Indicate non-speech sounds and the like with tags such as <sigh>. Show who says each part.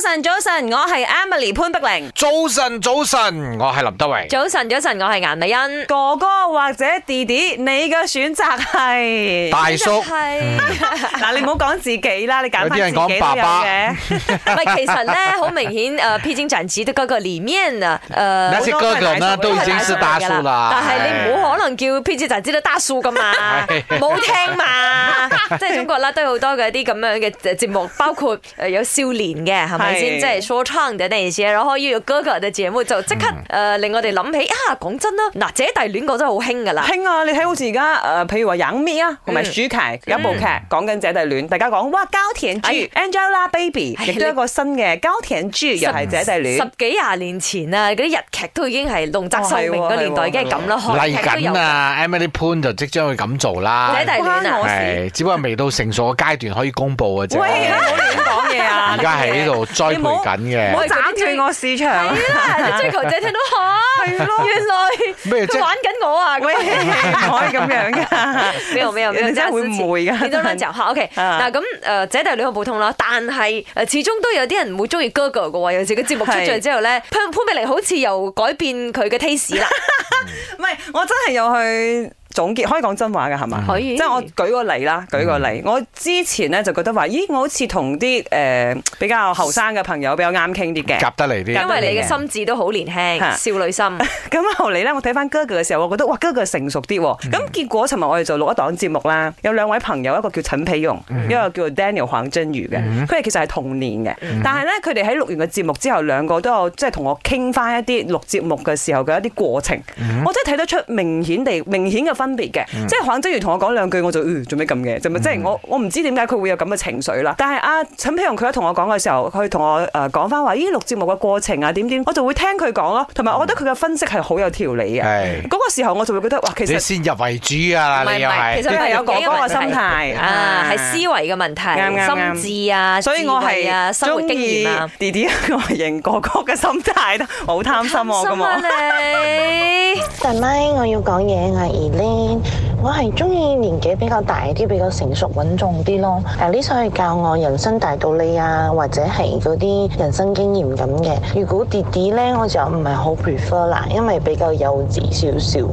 Speaker 1: 晨，早晨，我係 Emily 潘碧
Speaker 2: <laughs>
Speaker 1: 玲。
Speaker 3: 早晨，早晨，我係林德榮。
Speaker 1: 早晨，早晨，我係顏美欣。
Speaker 2: 哥哥或者弟弟，你嘅選擇係
Speaker 3: 大叔
Speaker 1: 係，
Speaker 2: <laughs> 嗱，你唔好講自己啦，
Speaker 1: <laughs>
Speaker 2: 你揀
Speaker 3: 有啲
Speaker 2: 翻自
Speaker 3: 人
Speaker 2: 己
Speaker 3: 講
Speaker 2: 都有
Speaker 3: 爸爸
Speaker 2: 嘅。
Speaker 1: 喂，其實咧好明顯，呃誒，披荊斬棘的哥哥裡面啊，
Speaker 3: 那
Speaker 1: 誒，
Speaker 3: 些哥哥呢，都已經是大叔啦。
Speaker 1: 但係你唔好可能叫披荊斬棘的大叔噶
Speaker 3: <laughs>
Speaker 1: 嘛，冇聽嘛，即係中國啦，都有好多嘅一啲咁樣嘅節目，包括誒有少年嘅係咪先，
Speaker 2: 係
Speaker 1: 即係說唱嘅那些，然後要有哥哥嘅節目就即刻誒令我哋諗起啊，講真啦，嗱姐弟戀嗰真係好興噶啦。
Speaker 2: 興啊！你睇好似而家誒，譬如話《影咩》啊，同埋《暑期》有一部劇講緊姐弟戀，大家講哇膠田豬 Angelababy，
Speaker 1: 哎
Speaker 2: 亦都一個新嘅膠田豬，又係姐弟
Speaker 1: 十
Speaker 2: 戀。
Speaker 1: 幾廿年前啊，嗰啲日劇都已經係龍澤秀明嗰年代已經係咁啦，韓
Speaker 3: <laughs> 嚟
Speaker 1: 劇都有
Speaker 3: 緊
Speaker 1: 㗎。
Speaker 3: 啊！Emily Poon 就即將會咁做啦。
Speaker 1: 姐弟戀啊
Speaker 2: 關我事。
Speaker 3: 係，只不過未到成熟嘅階段可以公佈嘅啫。
Speaker 2: 喂，你唔好亂
Speaker 1: <laughs>
Speaker 2: 講嘢啊！
Speaker 3: 而家喺呢度栽培緊
Speaker 2: 你唔好
Speaker 3: 嘅。
Speaker 2: 斬斷我市場。
Speaker 1: 係啦，
Speaker 2: <laughs>
Speaker 1: 啲追求者聽到嚇，
Speaker 2: 係咯
Speaker 1: 原來
Speaker 3: 咩啫
Speaker 1: 佢玩緊我啊！ <laughs>
Speaker 2: 喂，唔可以咁樣噶。
Speaker 1: 沒有沒
Speaker 2: <laughs>
Speaker 1: 有沒有，
Speaker 2: 人家會誤會㗎
Speaker 1: 你都亂
Speaker 2: <laughs>
Speaker 1: 講嚇，OK。
Speaker 2: 啊
Speaker 1: 嗱咁誒，姐弟戀好普通啦，但係誒始終都有啲人唔會中意哥哥嘅喎。尤其個節目出咗
Speaker 2: 係
Speaker 1: 之後咧，潘潘美玲好似又改變佢嘅
Speaker 2: <laughs>
Speaker 1: taste 啦。
Speaker 2: 唔係，我真係有去總結，可以講真話嘅係嘛？
Speaker 1: 可以嗯
Speaker 2: 即係我舉個例啦，舉個例，我之前咧就覺得話，咦，我好似同啲誒比較後生嘅朋友比較啱傾啲嘅。
Speaker 3: 夾得嚟
Speaker 1: 因
Speaker 3: 啲，
Speaker 1: 為你嘅心智都好年
Speaker 2: 嚇
Speaker 1: 輕，少女心。
Speaker 2: 咁後嚟咧，我睇翻哥哥嘅時候，我覺得哇，哥哥成熟啲
Speaker 1: 嗯
Speaker 2: 喎。咁結果尋日我哋就錄一檔節目啦，有兩位朋友，一個叫陳皮容，
Speaker 1: 嗯
Speaker 2: 一個叫 Daniel 黃真如嘅，佢哋其實係同年嘅，
Speaker 1: 嗯
Speaker 2: 但係咧佢哋喺錄完個節目之後，兩個都有即係同我傾翻一啲錄節目嘅時候嘅一啲過程，我真係睇得出明顯地明顯嘅分別嘅。即係黃真如同我講兩句，我就嗯做咩咁嘅？就咪即係我我唔知點解佢會有咁嘅情緒啦。但係阿陳皮容佢一同我講嘅時候，佢同我誒講翻話，咦錄節目嘅過程啊點點，我就會聽佢講咯，同埋我覺得佢嘅分析係好有條理嘅。
Speaker 1: 啊
Speaker 2: 啊
Speaker 3: 係
Speaker 2: 嗰個時候我就會覺得哇，其
Speaker 3: 你
Speaker 2: 實
Speaker 3: 先入為主啊！
Speaker 1: 唔係
Speaker 3: 你又
Speaker 1: 唔係
Speaker 3: 係
Speaker 1: 其實
Speaker 2: 都係有哥哥嘅心態
Speaker 1: 啊，係思維嘅問
Speaker 2: 啱啱
Speaker 1: 題、心智啊、
Speaker 2: 所以我
Speaker 1: 智慧啊、
Speaker 2: 係
Speaker 1: 生活
Speaker 2: 中
Speaker 1: 經
Speaker 2: 意
Speaker 1: 驗啊，
Speaker 2: 弟弟外型哥哥嘅心態，我好貪心我咁
Speaker 1: 啊
Speaker 2: 我。
Speaker 1: 你。
Speaker 4: 大咪，我要講嘢，我係 Elaine，我係中意年紀比較大啲、比較成熟穩重啲咯。誒，呢首係教我人生大道理啊，或者係嗰啲人生經驗咁嘅。如果弟弟呢，我就唔係好 prefer 啦，因為比較幼稚少少。